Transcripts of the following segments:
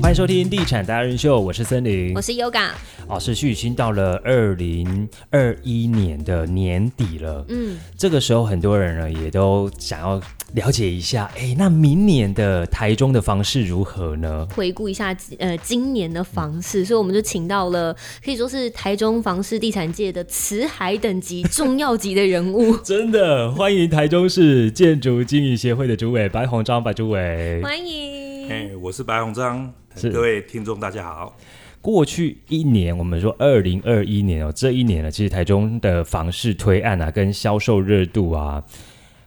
欢迎收听《地产达人秀》，我是森林哦我，是 Yoga，老师序已经到了二零二一年的年底了，嗯，这个时候很多人呢也都想要了解一下，哎，那明年的台中的房市如何呢？回顾一下呃今年的房市，所以我们就请到了可以说是台中房市地产界的辞海等级重要级的人物。真的欢迎台中市建筑经营协会的主委白鸿章白主委。欢迎，哎、我是白鸿章，是各位听众大家好。过去一年，我们说二零二一年哦，这一年呢，其实台中的房市推案啊，跟销售热度啊，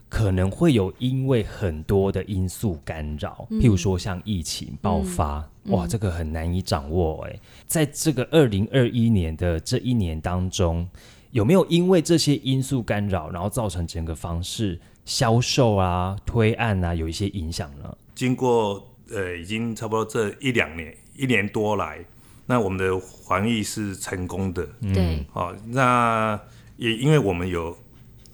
可能会有因为很多的因素干扰，譬如说像疫情爆发，哇，这个很难以掌握哎。在这个二零二一年的这一年当中，有没有因为这些因素干扰，然后造成整个房市销售啊、推案啊有一些影响呢？经过呃，已经差不多这一两年、一年多来，那我们的防疫是成功的。对，嗯哦，那也因为我们有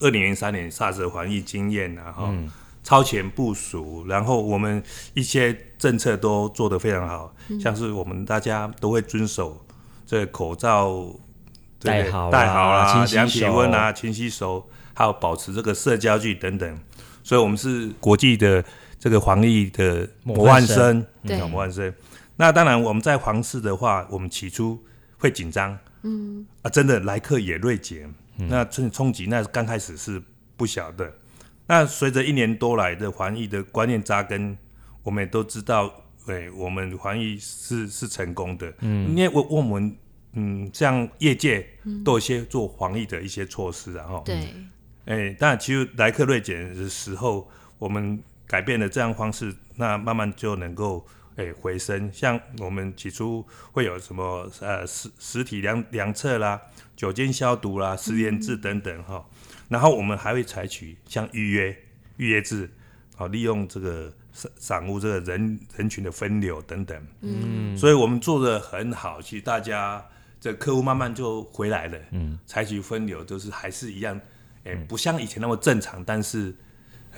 二零零三年 SARS 的防疫经验啊，哈、嗯超前部署，然后我们一些政策都做得非常好，嗯像是我们大家都会遵守这个口罩这个戴好啦戴好勤啦、洗量体手温啊、勤洗手，还有保持这个社交距离等等，所以我们是国际的这个防疫的模范生，对嗯模范生。那当然，我们在皇室的话，我们起初会紧张，嗯啊，真的来客也锐减，那冲冲击那刚开始是不小的。那随着一年多来的防疫的观念扎根，我们也都知道，对，我们防疫是是成功的，嗯，因为我我们嗯，像业界都有一些做防疫的一些措施、啊，然后对，哎，但其实莱克瑞检的时候，我们改变了这样方式，那慢慢就能够哎回升。像我们起初会有什么呃实实体量量测啦、酒精消毒啦、实验制等等哈、然后我们还会采取像预约预约制，好、利用这个散散户这个人人群的分流等等。嗯，所以我们做的很好，其实大家这客户慢慢就回来了。嗯，采取分流就是还是一样，哎、不像以前那么正常，但是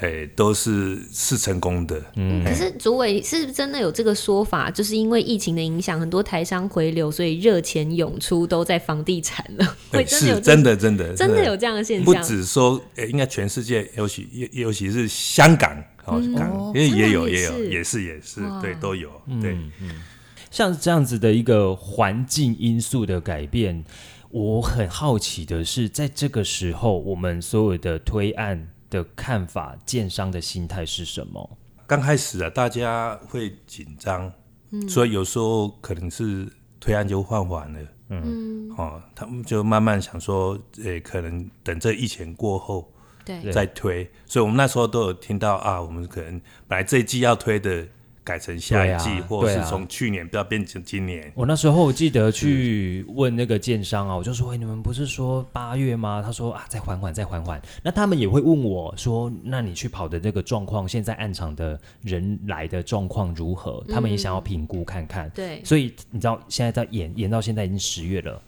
哎、都是是成功的。嗯，可是主委是不是真的有这个说法，就是因为疫情的影响，很多台商回流，所以热钱涌出都在房地产 了。会真的有这是真的真的真的有这样的现不象？只说，呃、应该全世界，尤其尤尤其是香港，哦，嗯港，因为也有香港也也有是也是也是哇，对，都有，对，像这样子的一个环境因素的改变，我很好奇的是，在这个时候，我们所有的推案的看法、建商的心态是什么？刚开始啊，大家会紧张，所以有时候可能是推案就放缓了，嗯，哦，他们就慢慢想说，呃、可能等这疫情过后，对，在推，所以我们那时候都有听到啊，我们可能本来这一季要推的改成下一季，对啊或者对啊是从去年不要变成今年。我那时候我记得去问那个建商啊，我就说：“哎、你们不是说八月吗？”他说：“啊，再缓缓，再缓缓。”那他们也会问我说：“那你去跑的这个状况，现在暗场的人来的状况如何？”他们也想要评估看看。对，所以你知道，现在在演演到现在已经十月了，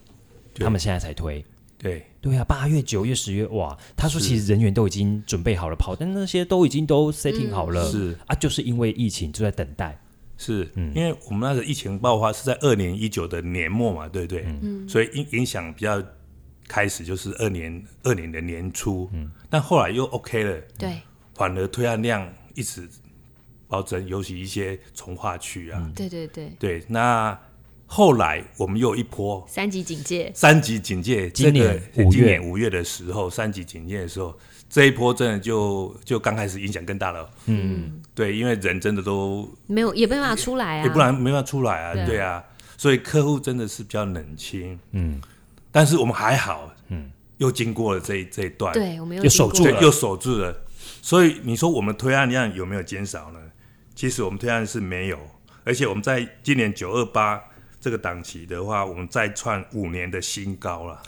对他们现在才推。对，对啊，八月、九月、十月，哇！他说其实人员都已经准备好了跑，但那些都已经都 setting 好了，是啊，就是因为疫情就在等待，是，嗯因为我们那个疫情爆发是在二零一九的年末嘛，对不对？嗯所以影影响比较开始就是二年二年的年初，嗯但后来又 OK 了，对，反而推案量一直暴增，尤其一些从化区嗯啊，对，对，对，对。那后来我们又有一波三级警戒，三级警戒，今年这5个、今月年五月的时候，三级警戒的时候，这一波真的就就刚开始影响更大了。嗯，对，因为人真的都没有也没办法出来也啊，不然没办法出来啊，对啊对啊，所以客户真的是比较冷清。嗯，但是我们还好，嗯，又经过了这一这一段，对，我们又又守住经过对，了又守住了。所以你说我们推案量有没有减少呢？其实我们推案是没有，而且我们在今年九二八这个档期的话，我们再创五年的新高了。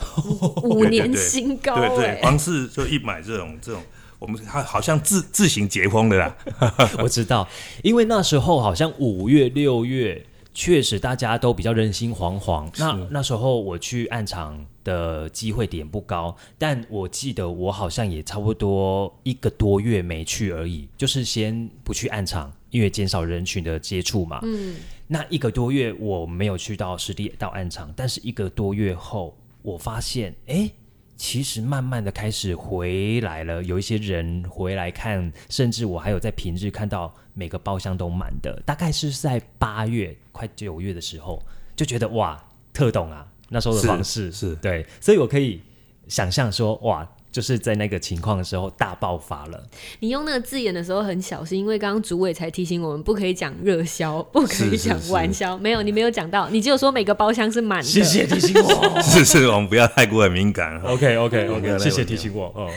五 对对年对新高、欸，对对，房市就一买这种这种，我们他好像自自行解封的啦。 我知道，因为那时候好像五月、六月确实大家都比较人心惶惶。那那时候我去暗场的机会点不高，但我记得我好像也差不多一个多月没去而已，就是先不去暗场，因为减少人群的接触嘛。嗯，那一个多月我没有去到实地到暗场，但是一个多月后，我发现，哎。其实慢慢的开始回来了，有一些人回来看，甚至我还有在平日看到每个包厢都满的，大概是在八月快九月的时候，就觉得哇，特懂啊，那时候的是方式是对，所以我可以想象说，哇，就是在那个情况的时候大爆发了，你用那个字眼的时候很小心，因为刚刚主委才提醒我们不可以讲热销，不可以是是讲是晚销。没有，你没有讲到，你只有说每个包厢是满的。谢谢提醒 我是是，我们不要太过的敏感哈。 ，OK OK 没有 OK，没谢有谢提醒我，哦，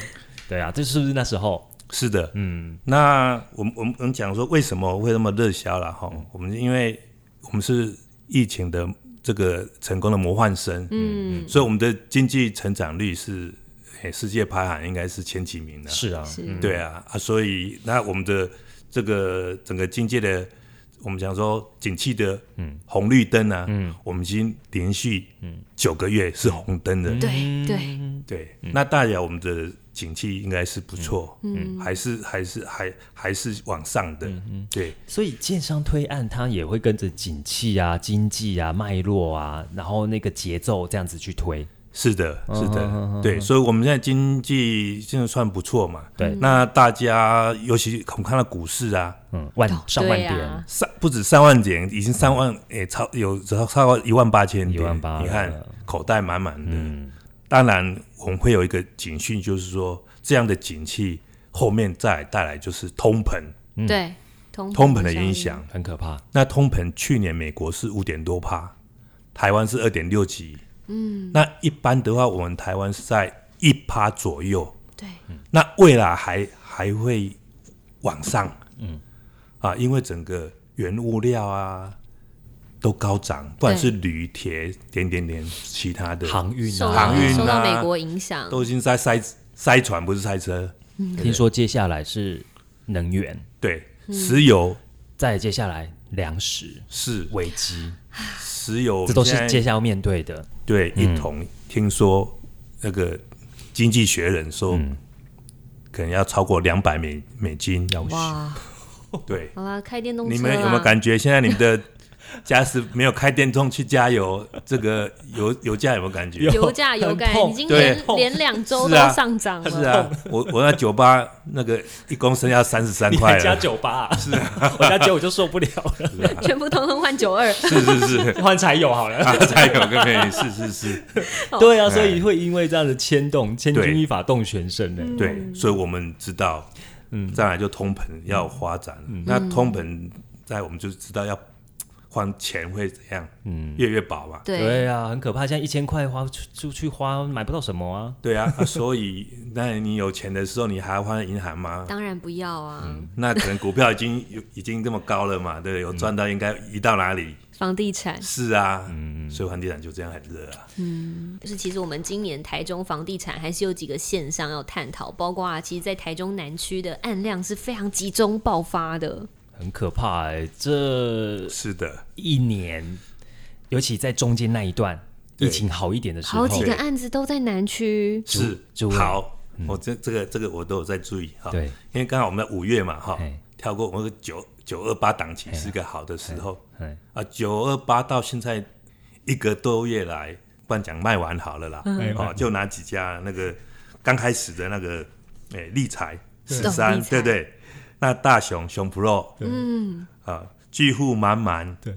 对啊，这是不是那时候？是的，嗯，那我们我们我们讲说为什么会那么热销了哈？我们因为我们是疫情的这个成功的模范生，嗯，所以我们的经济成长率是、诶世界排行应该是前几名的，是啊，是对啊啊，所以那我们的这个整个经济的，我们讲说景气的红绿灯啊，嗯，我们已经连续九个月是红灯的，对对，对，那代表我们的景气应该是不错，嗯，还是还是还还是往上的，对，所以建商推案，它也会跟着景气啊、经济啊、脉络啊，然后那个节奏这样子去推。是的，是的，对，所以我们现在经济现在算不错嘛，对那大家尤其我们看到股市啊，嗯，万哦上万对啊点，三不止三万点，已经三万，诶、超有超超过一万八千嗯点， 18,000你看了口袋满满的。当然，我们会有一个警讯，就是说这样的景气后面再带来就是通膨，嗯对，通通膨的影效应。响。很可怕。那通膨去年美国是五点多帕，台湾是二点六几，嗯，那一般的话，我们台湾是在一趴左右，对，那未来还还会往上，嗯，啊，因为整个原物料啊都高涨，不管是铝、铁、点点点，其他的航运受啊，到航运啊受到美国影响，都已经在塞塞船，不是塞车，听说接下来是能源，对，嗯石油再接下来粮食是危机，石油，这都我是们接现在下来要面对的。对一桶。听说那个经济学人说，可能要超过两百美美金，要哇，对，好啦，开电动车啊你啦，们有没有感觉现在你们的家是没有开电动去加油，这个油油价有没有感觉？油价油很感痛已经对连连两周是都啊上涨了，是啊，我我那酒吧那个一公升要三十三 块了，九 八、啊，是、啊、我加九我就受不了了，全部通通换九二，是是是， 换柴油好了。 啊，才有个便宜，是是是，对啊，哎所以会因为这样的牵动，千钧对一发动全身呢。对，所以我们知道，嗯，再来就通膨要发展，嗯那通膨在我们就知道要换钱会怎样，嗯，越越薄嘛，对对啊，很可怕。现在一千块花出出去花买不到什么啊。对啊，啊所以那你有钱的时候，你还要换银行吗？当然不要啊，那可能股票已经 有已经这么高了嘛，对，嗯有赚到应该移到哪里？房地产是啊，嗯所以房地产就这样很热啊。就是其实我们今年台中房地产还是有几个线上要探讨，包括啊，其实，在台中南区的案量是非常集中爆发的。很可怕哎、这是的，一年，尤其在中间那一段对疫情好一点的时候，好几个案子都在南区，是诸位好，我这这个这个我都有在注意嗯哈。对，因为刚好我们在五月嘛哈嘿，跳过我们九九二八档期是个好的时候嘿啊，九二八到现在一个多月来，不然讲卖完好了嗯啦，哎哦，就拿几家那个刚开始的那个诶立财十懂三，立财对不对？那大熊熊 Pro，嗯啊，巨富满满，对，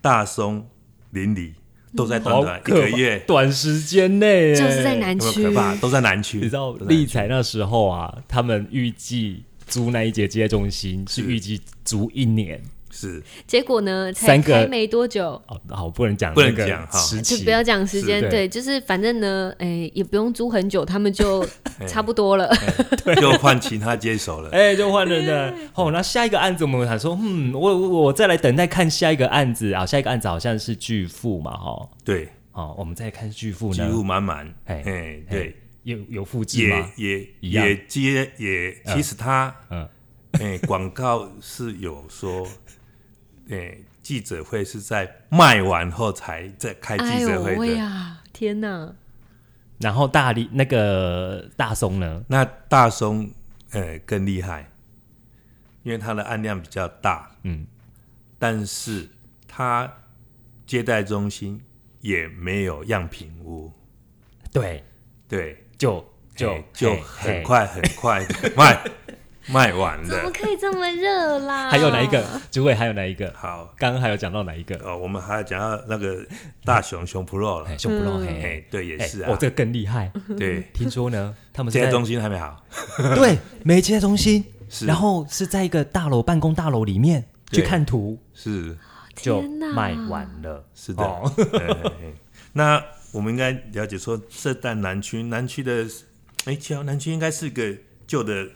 大松邻里都在短短一嗯可个月。短时间内、欸就是在南有没区有可。怕？都在南区，你知道都在南区立彩那时候啊，他们预计租那一节接待中心是预计租一年是结果呢，才三个开没多久，哦，好不能讲不能那个讲哈时就期不，要讲时间，是对，就是反正呢，哎、也不用租很久，他们就差不多了。又换其他接手了。哎、就换人了。哦，那下一个案子我们想说，嗯，我我我再来等待看下一个案子啊，下一个案子好像是巨富嘛，哈，对，哦，我们再看巨富几呢，乎满满。哎哎，哎对，有有复制也吗？也一样也接也，其实他嗯哎广告是有说，诶、记者会是在卖完后才再开哎记呦者会喂的。呀，天哪！然后大力那个大松呢，那大松呃更厉害，因为它的案量比较大，嗯，但是它接待中心也没有样品屋，对，对，就就哎就嘿很嘿快很快的 卖卖完怎么了。可以这么热 啦？还有哪一啊个？主委还有哪一个？好，刚刚还有讲到哪一个？呃，我们还要讲到那个大熊熊 Pro 了哎，，胸不露哎、嗯黑，对，也是啊，哦，这个更厉害。对，听说呢， 他们是接待在中心还 没好，对没接待中心，是然后是在一个大楼办公大楼里面去对看图，是就天哪卖完了。是 的。哦 嘿嘿嘿那我们应该了解说，这在南区，南区的，哎，其实南区应该是个旧的，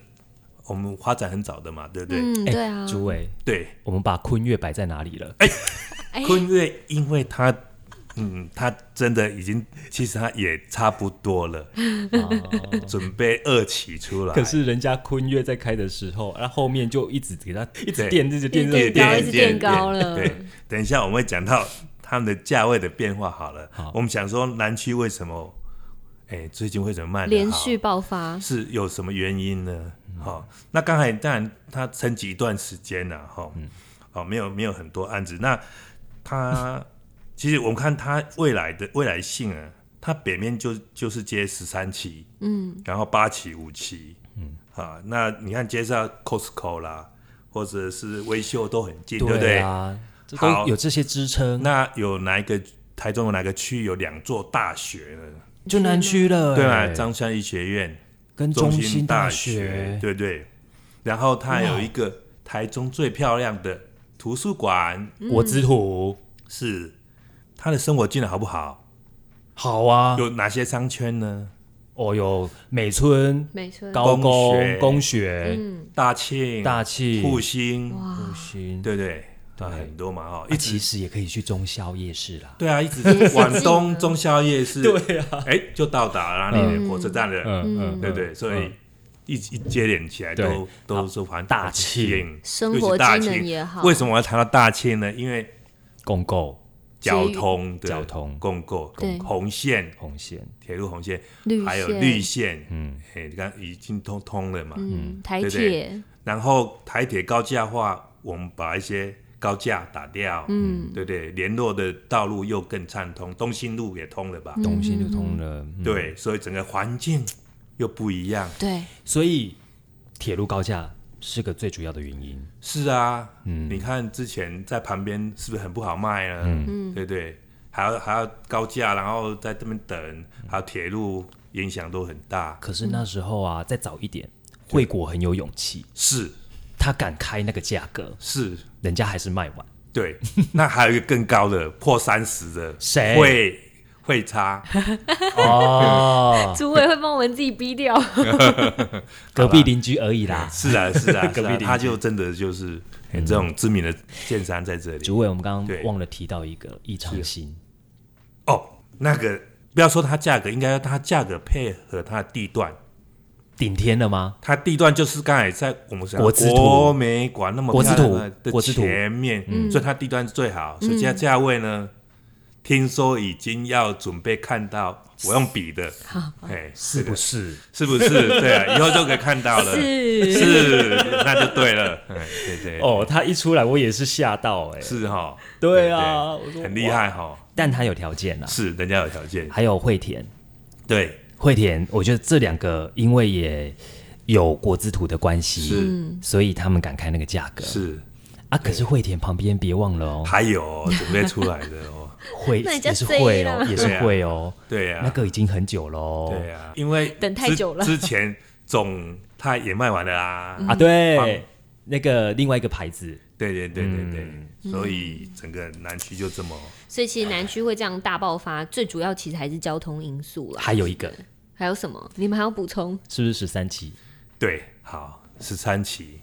我们发展很早的嘛，对不对？嗯，对啊，主委，对，哎我们把坤月摆在哪里了？哎，坤瑞，因为他，嗯，他真的已经，其实他也差不多 了，哦准备二期出来，可是人家坤月在开的时候，然后后面就一直给他一直对垫，一直垫，一直一直垫垫。高一直变高了对，等一下我们会讲到他们的价位的变化好了。好我们想说南区为什么，哎，最近为什么卖得好连续爆发，是有什么原因呢？好、那刚才当然它沉寂一段时间了、哈、好、没有没有很多案子。那 它其实我们看它未来的未来性啊，它北面就就是接十三期，嗯，然后八期、五期，嗯，啊，那你看接下来 Costco 啦，或者是微秀都很近，对不对？啊，这好都有这些支撑，那有哪一个台中有哪个区有两座大学呢？就南区了，对吧？哎张三一学院。跟中中心心大学学，，对不对？然后它有一个台中最漂亮的图书馆，我之土，是他的生活技能好不好？好啊，有哪些商圈呢？哦有美村、没错，高工学工、工学、大嗯庆、大气、复兴，复兴，对不对？啊，对很多嘛啊哦，一其直实也可以去中宵夜市啦。对啊，一直往东中宵夜市，对啊，哎，就到达哪里的火车站了，嗯对不对？所以嗯一一接连起来对都都是环大庆生尤其活大机能庆也好为什么我要谈到大庆呢？因为共购交通的交通共购对红线、红线，铁路红线，绿还有线绿线，嗯，哎，你看已经通通了嘛。嗯，台对不铁对，然后台铁高架化，我们把一些高架打掉，嗯，对不对？联络的道路又更畅通，东兴路也通了吧？东西嗯就通了。嗯，对，所以整个环境又不一样。对，所以铁路高架是个最主要的原因。是啊，嗯，你看之前在旁边是不是很不好卖呢？嗯，对不对？还要还要高架，然后在这边等，还有铁路影响都很大。可是那时候啊，再早一点，惠国很有勇气，是他敢开那个价格，是，人家还是卖 完。对。那还有一个更高的，破三十的，谁会会差？啊哦，组委会帮我们自己逼掉，隔壁邻居而已啦。是啊，是啊，是隔壁啊邻，居他就真的就是哎这种知名的建商在这里。主委，我们刚对刚忘了提到一个异常性，哦，那个不要说它价格，应该它价格配合它的地段。顶天了吗？它地段就是刚才在我们讲国之土国美馆那么国之土漂亮的国之土嗯前面，所以它地段是最好，所以现在价位呢，听说已经要准备看到，我用笔的，哎，是不是？是不是？对啊，以后就可以看到了， 是是，那就对了，哎对对，哦，他一出来我也是吓到哎、是哈，对啊对我说很厉害哈，但他有条件啊，是人家有条件，还有惠田，对，惠田，我觉得这两个因为也有国之土的关是系，所以他们敢开那个价格是，啊。可是惠田旁边别忘了哦，还有哦准备出来的哦， 惠那人家也是惠追哦了，也是惠哦，对啊，那个已经很久哦喽。对啊，因为等太之久了之前总他也卖完了啊，啊，嗯对，那个另外一个牌子，对对对对对，嗯所以整个南区就这么所以其实南区会这样大爆发，最主要其实还是交通因素啦。还有一个还有什么？你们还要补充？是不是十三期？对，好，十三期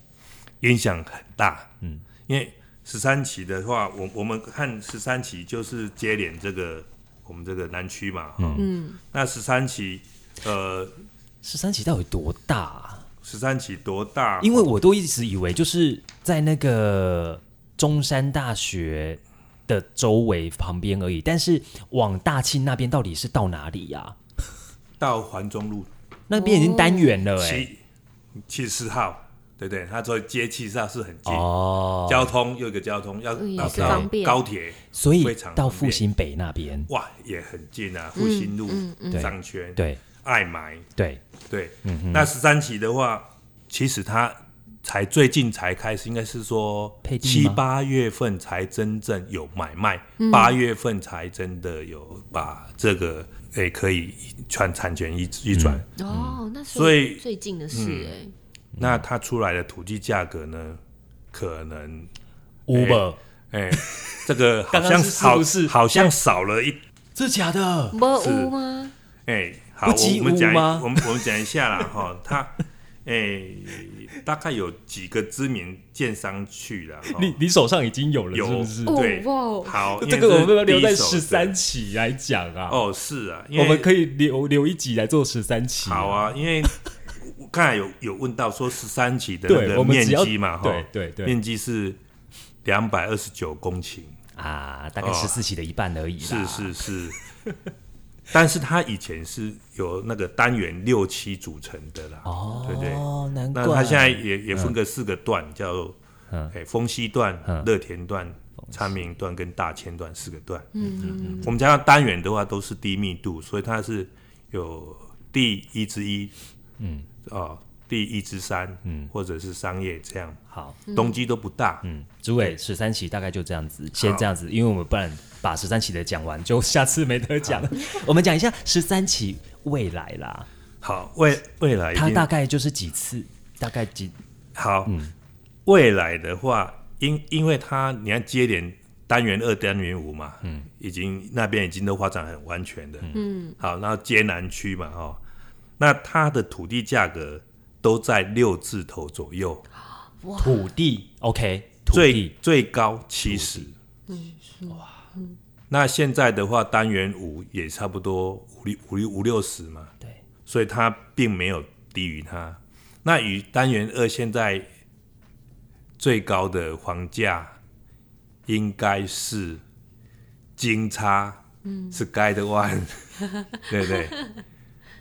影响很大，嗯，因为十三期的话，我我们看十三期就是接连这个我们这个南区嘛，嗯，那十三期，呃，十三期到底多大啊、十三期多大？哦因为我都一直以为就是在那个中山大学的周围旁边而已，但是往大庆那边到底是到哪里呀、到环中路那边已经单元了哎、七七十四号，对不对？它所以接七十四号是很近，哦，交通又有一个交通要嗯要也是到方便高铁，所以非常到方复便兴北那边，哇也很近啊，复兴路、嗯商圈、对爱买，对，对，嗯那十三期的话，其实它才最近才开始，应该是说配地七吗八月份才真正有买卖，八、月份才真的有把这个诶、可以传产权移移转。嗯哦，那嗯所以嗯最近的事哎，那它出来的土地价格呢，可能，Uber，、 诶、这个好刚刚像是是好不是好像少了一这假的？没是屋吗？哎、好，不我及我们五讲一，吗我们我们讲一下啦， 哈，他，哎、大概有几个知名建商去了，哈你你手上已经有了有是不是？哦对，哇哦好，这个我们要不要留在手十三期来讲啊？哦，是啊，因我为们可以留留一集来做十三期。好，啊，因为我刚才有有问到说十三期的对那我个们面只要积嘛，哈，对对对面积是两百二十九公顷，啊，大概哦十四期的一半而已是啦。是是。但是它以前是由那个单元六七组成的啦，哦，对不对？难怪那它现在也也分个四个段，叫哎、丰西段嗯、乐、田段、昌明段跟大千段四个段。嗯嗯我们讲到单元的话，都是低密度，所以它是有第一之一，嗯，哦，第一之三，嗯，或者是商业这样，好，东基都不大。嗯，诸位十三期大概就这样子，先这样子，因为我们不然把十三期的讲完， 就下次没得讲。 我们讲一下十三期未来啦，好，未未来已它经大概就是几次，大概几好，未来的话，因因为它你看接连单元二、单元五嘛，嗯，已经那边已经都发展很完全的，嗯，好，然后接南区嘛，哈、哦，那它的土地价格都在六字头左右，土地？OK，土最地最高七十，嗯，哇，那现在的话，单元五也差不多五六五六五六十嘛，对，所以它并没有低于它。那与单元二现在最高的房价应该是金叉，嗯，是 Guide One，对不对？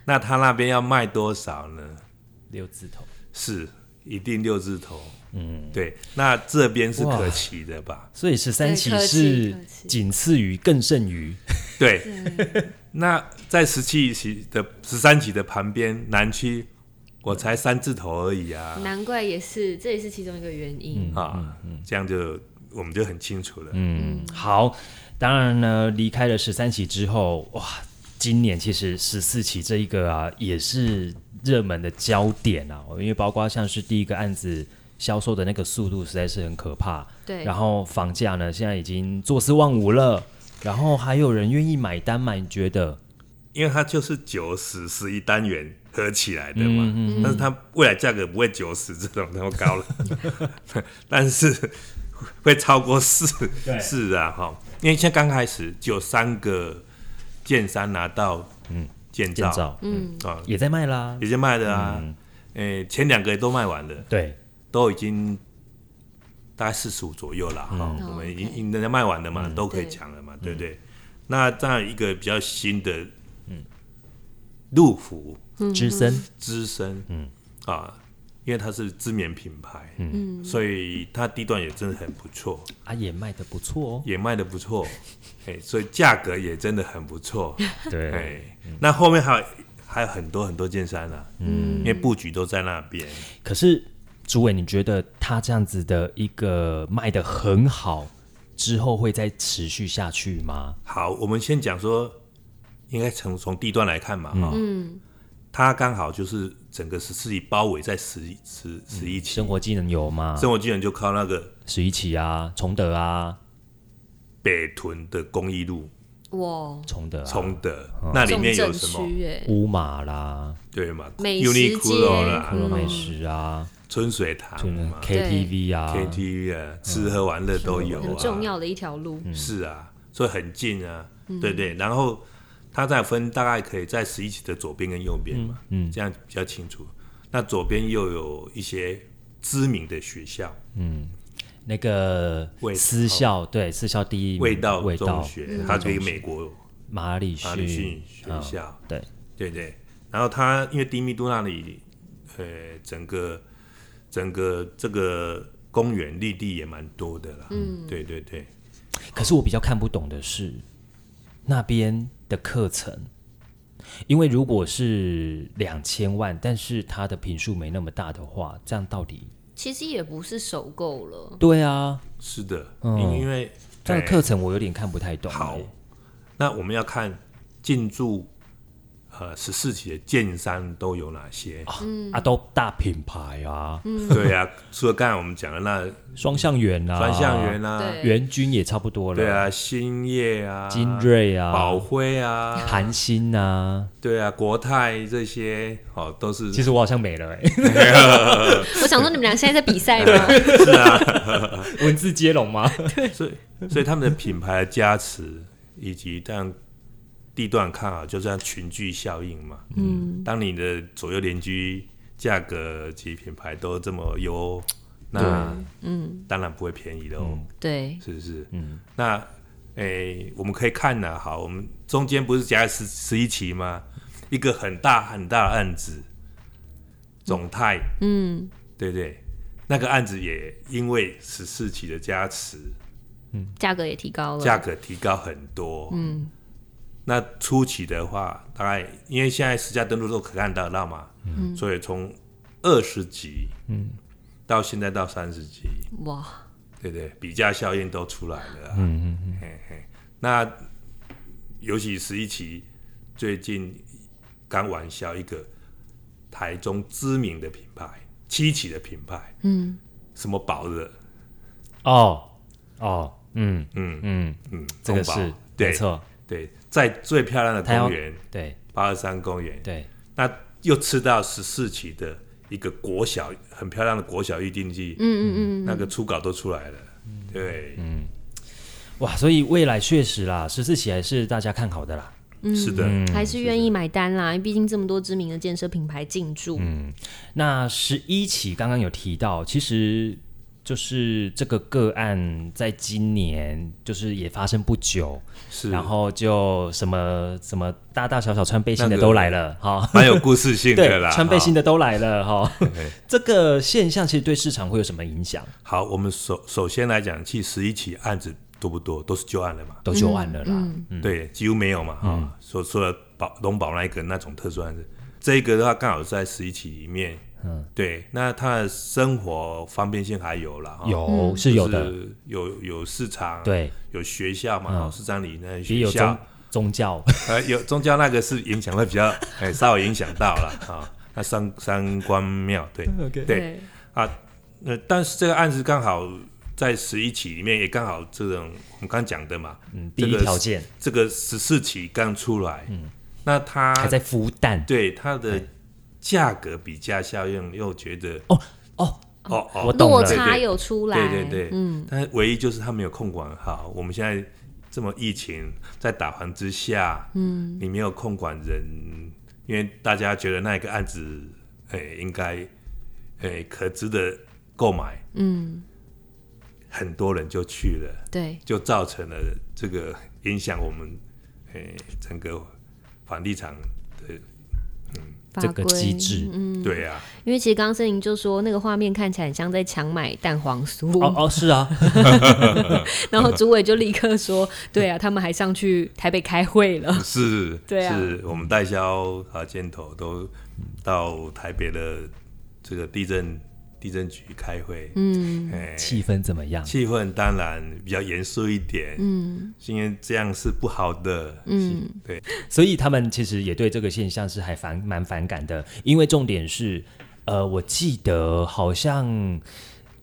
那他那边要卖多少呢？六字头，是一定六字头，嗯，对。那这边是哇可期的吧？所以十三期对客气是客气仅次于更胜于对。那在十七期的十三期的旁边南区，我才三字头而已嗯啊。难怪也是，这也是其中一个原因。啊，这样就我们就很清楚了。嗯，好，当然呢，离开了十三期之后，哇，今年其实十四期这一个啊，也是热门的焦点啊，因为包括像是第一个案子销售的那个速度实在是很可怕，对然后房价呢现在已经坐四望五了，然后还有人愿意买单买，你觉得？因为它就是九十十一单元合起来的嘛，但是它未来价格不会九十这种那么高了， 但是会超过四对四啊哈，因为像刚开始只有三个建商拿到嗯建建造造嗯啊也在卖啦，已经卖的啊，诶、前两个都卖完了，对，都已经大概四十五左右了哈、我们已经 OK 已经人家卖完了嘛，都可以对讲了嘛，对嗯不对？那这样一个比较新的，嗯，路虎直升资深，嗯啊，因为它是知名品牌，嗯，所以它地段也真的很不错，啊也卖的不错哦，也卖的不 错，哎、所以价格也真的很不错，哎、对。那后面还有还有很多很多件衫啊，嗯，因为布局都在那边，可是朱伟，你觉得他这样子的一个卖的很好，之后会再持续下去吗？好，我们先讲说，应该从从地段来看嘛，哈、嗯，它刚好就是整个十四里包围在十一十十一期，生活技能有吗？生活居然就靠那个十一期啊，崇德啊，北屯的公益路哇，崇德啊，崇德，那里面有什重镇么？区哎，乌马啦，对嘛美食街嗯，Uniqlo 啦普，罗美食啊，春水堂就那嘛 KTV 啊， ，KTV 啊，吃喝玩乐都有很啊，重要的一条路。是啊，所以很近啊，对不对？然后它再分大概可以在十一期的左边跟右边嘛，嗯，这样比较清楚。那左边又有一些知名的学校，那个味私校，对私校第一名味道味中道学，它给美国马里马里逊学嗯校，对，对对。然后它因为低密度那里，呃，整个整个这个公园绿地也蛮多的啦，嗯，对对对。可是我比较看不懂的是那边的课程，因为如果是两千万，但是它的频数没那么大的话，这样到底？其实也不是首购了，对啊，是的，嗯因因为这样哎的课程我有点看不太懂、好欸那我们要看进驻呃十四期的建商都有哪些？啊，都大品牌啊，对啊，除了刚才我们讲的那双向园啊，专项园啊，对元军也差不多了，对，啊，兴业啊，金瑞啊，宝辉啊，韩星啊，对啊，国泰这些哦，都是其实我好像没了哎、我想说你们俩现在在比赛 吗？ 文字接龙吗？所以所以他们的品牌的加持以及让地段看好，就这样群聚效应嘛。嗯，当你的左右邻居价格及品牌都这么优，那嗯，当然不会便宜的哦，对，是不是？嗯，那诶、我们可以看呢、好，我们中间不是加十十一期吗？一个很大很大的案子，总泰，嗯，对不对？那个案子也因为十四期的加持，价格也提高了，价格提高很多。嗯，那初期的话，大概因为现在实价登录都可看得到嘛，嗯，所以从二十级，嗯，到现在到三十级，哇，对不对？比价效应都出来了、嗯嗯嘿嘿。那尤其十一期最近刚玩销一个台中知名的品牌，七期的品牌，嗯，什么宝的，哦哦，嗯嗯嗯，嗯，这个中宝是没对错，对，在最漂亮的它要公园。对八二三公园，对，那又吃到十四期的一个国小很漂亮的国小预定季，嗯嗯嗯，嗯那个初稿都出来了，对，哇，所以未来确实啦，十四期还是大家看好的啦。是的，还是愿意买单啦，因为毕竟这么多知名的建设品牌进驻，那十一期刚刚有提到，其实就是这个个案在今年就是也发生不久，是，然后就什么什么大大小小穿背心那的个都来了哈。蛮有故事性的对 啦，，穿背心的。的都来了哈。对这个现象其实对市场会有什么影响？好，我们首首先来讲，其实十一起案子多不多，都是旧案了嘛，都就案了啦。嗯对，几乎没有嘛，嗯啊，所说的保龙宝那一个那种特殊案子，这一个的话刚好在十一起里面，嗯，对，那它的生活方便性还有啦，哈有是有就的，是有有市场，对，嗯有学校嘛，哦市场里那些也学有宗校，宗教，呃，有宗教那个是影响会比较，哎、稍微影响到了啊。那三三官庙， 对 OK 对，啊，那、但是这个案子刚好在十一期里面也刚好这种我们刚讲的嘛，嗯，第这一个条件这个十四期刚出来，嗯，那它还在孵蛋对它的价格比价效应又觉得哦哦，哦哦我懂落了。差有出来，对对对，嗯，但是唯一就是他没有控管好。我们现在这么疫情在打环之下，嗯，你没有控管人，因为大家觉得那一个案子，哎、应该，哎、可值得购买，嗯，很多人就去了，对就造成了这个影响我们，哎、整个房地产的，法这个规嗯机制对啊，因为其实刚刚森林就说那个画面看起来很像在强买蛋黄酥，哦哦是啊， 然后主委就立刻说：“对啊，他们还上去台北开会 了。是，对啊是我们代销啊箭头都到台北的这个地震地震局开会，嗯，哎、气氛怎么样？气氛当然比较严肃一点，嗯，因为这样是不好的，嗯，对，所以他们其实也对这个现象是还反蛮反感的，因为重点是，呃，我记得好像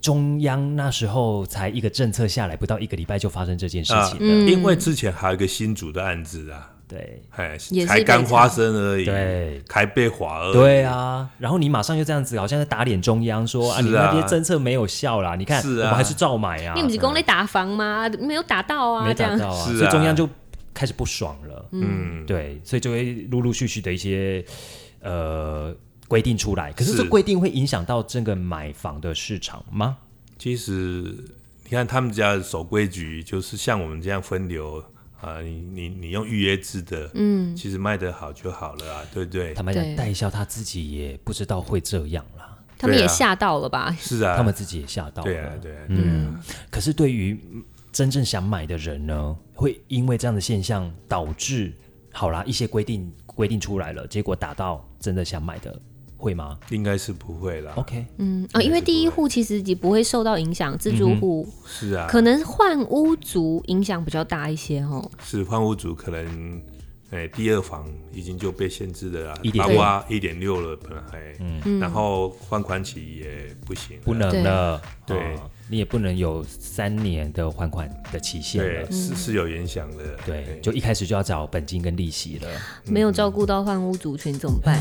中央那时候才一个政策下来，不到一个礼拜就发生这件事啊情，，因为之前还有一个新竹的案子啊，对哎，也是才刚发生而已，对，还被划而已，对啊，然后你马上就这样子，好像在打脸中央说啊，是你那啊些政策没有效啦，你看是我啊们还是照买啊，你不是讲在打房吗？没有打到啊，没这打样到啊，是啊所以中央就开始不爽了，嗯，对，所以就会陆陆续续的一些呃规定出来，可是是这规定会影响到这个买房的市场吗？其实你看他们家守规矩，就是像我们这样分流啊，你你你用预约制的，嗯，其实卖得好就好了啊，对不对？坦白讲，对代销他自己也不知道会这样啦，他们也对啊吓到了吧？是啊，他们自嗯己也吓到了。对啊，对啊，对啊，嗯可是对于嗯真正想买的人呢，会因为这样的现象导致，好啦，一些规定规定出来了，结果打到真的想买的，会吗应该是不会啦， ？OK，嗯，哦，因为第一户其实也不会受到影响，自住户、是嗯啊，可能换屋族影响比较大一些哦。是换屋主可能，哎、第二房已经就被限制了啦， 1.6包括一点六了，本来，嗯，然后换款期也不行了，不能了，对哦你也不能有三年的还款的期限对了，，是是有影响的，对，哎就一开始就要找本金跟利息了。没有照顾到换屋族群怎么办？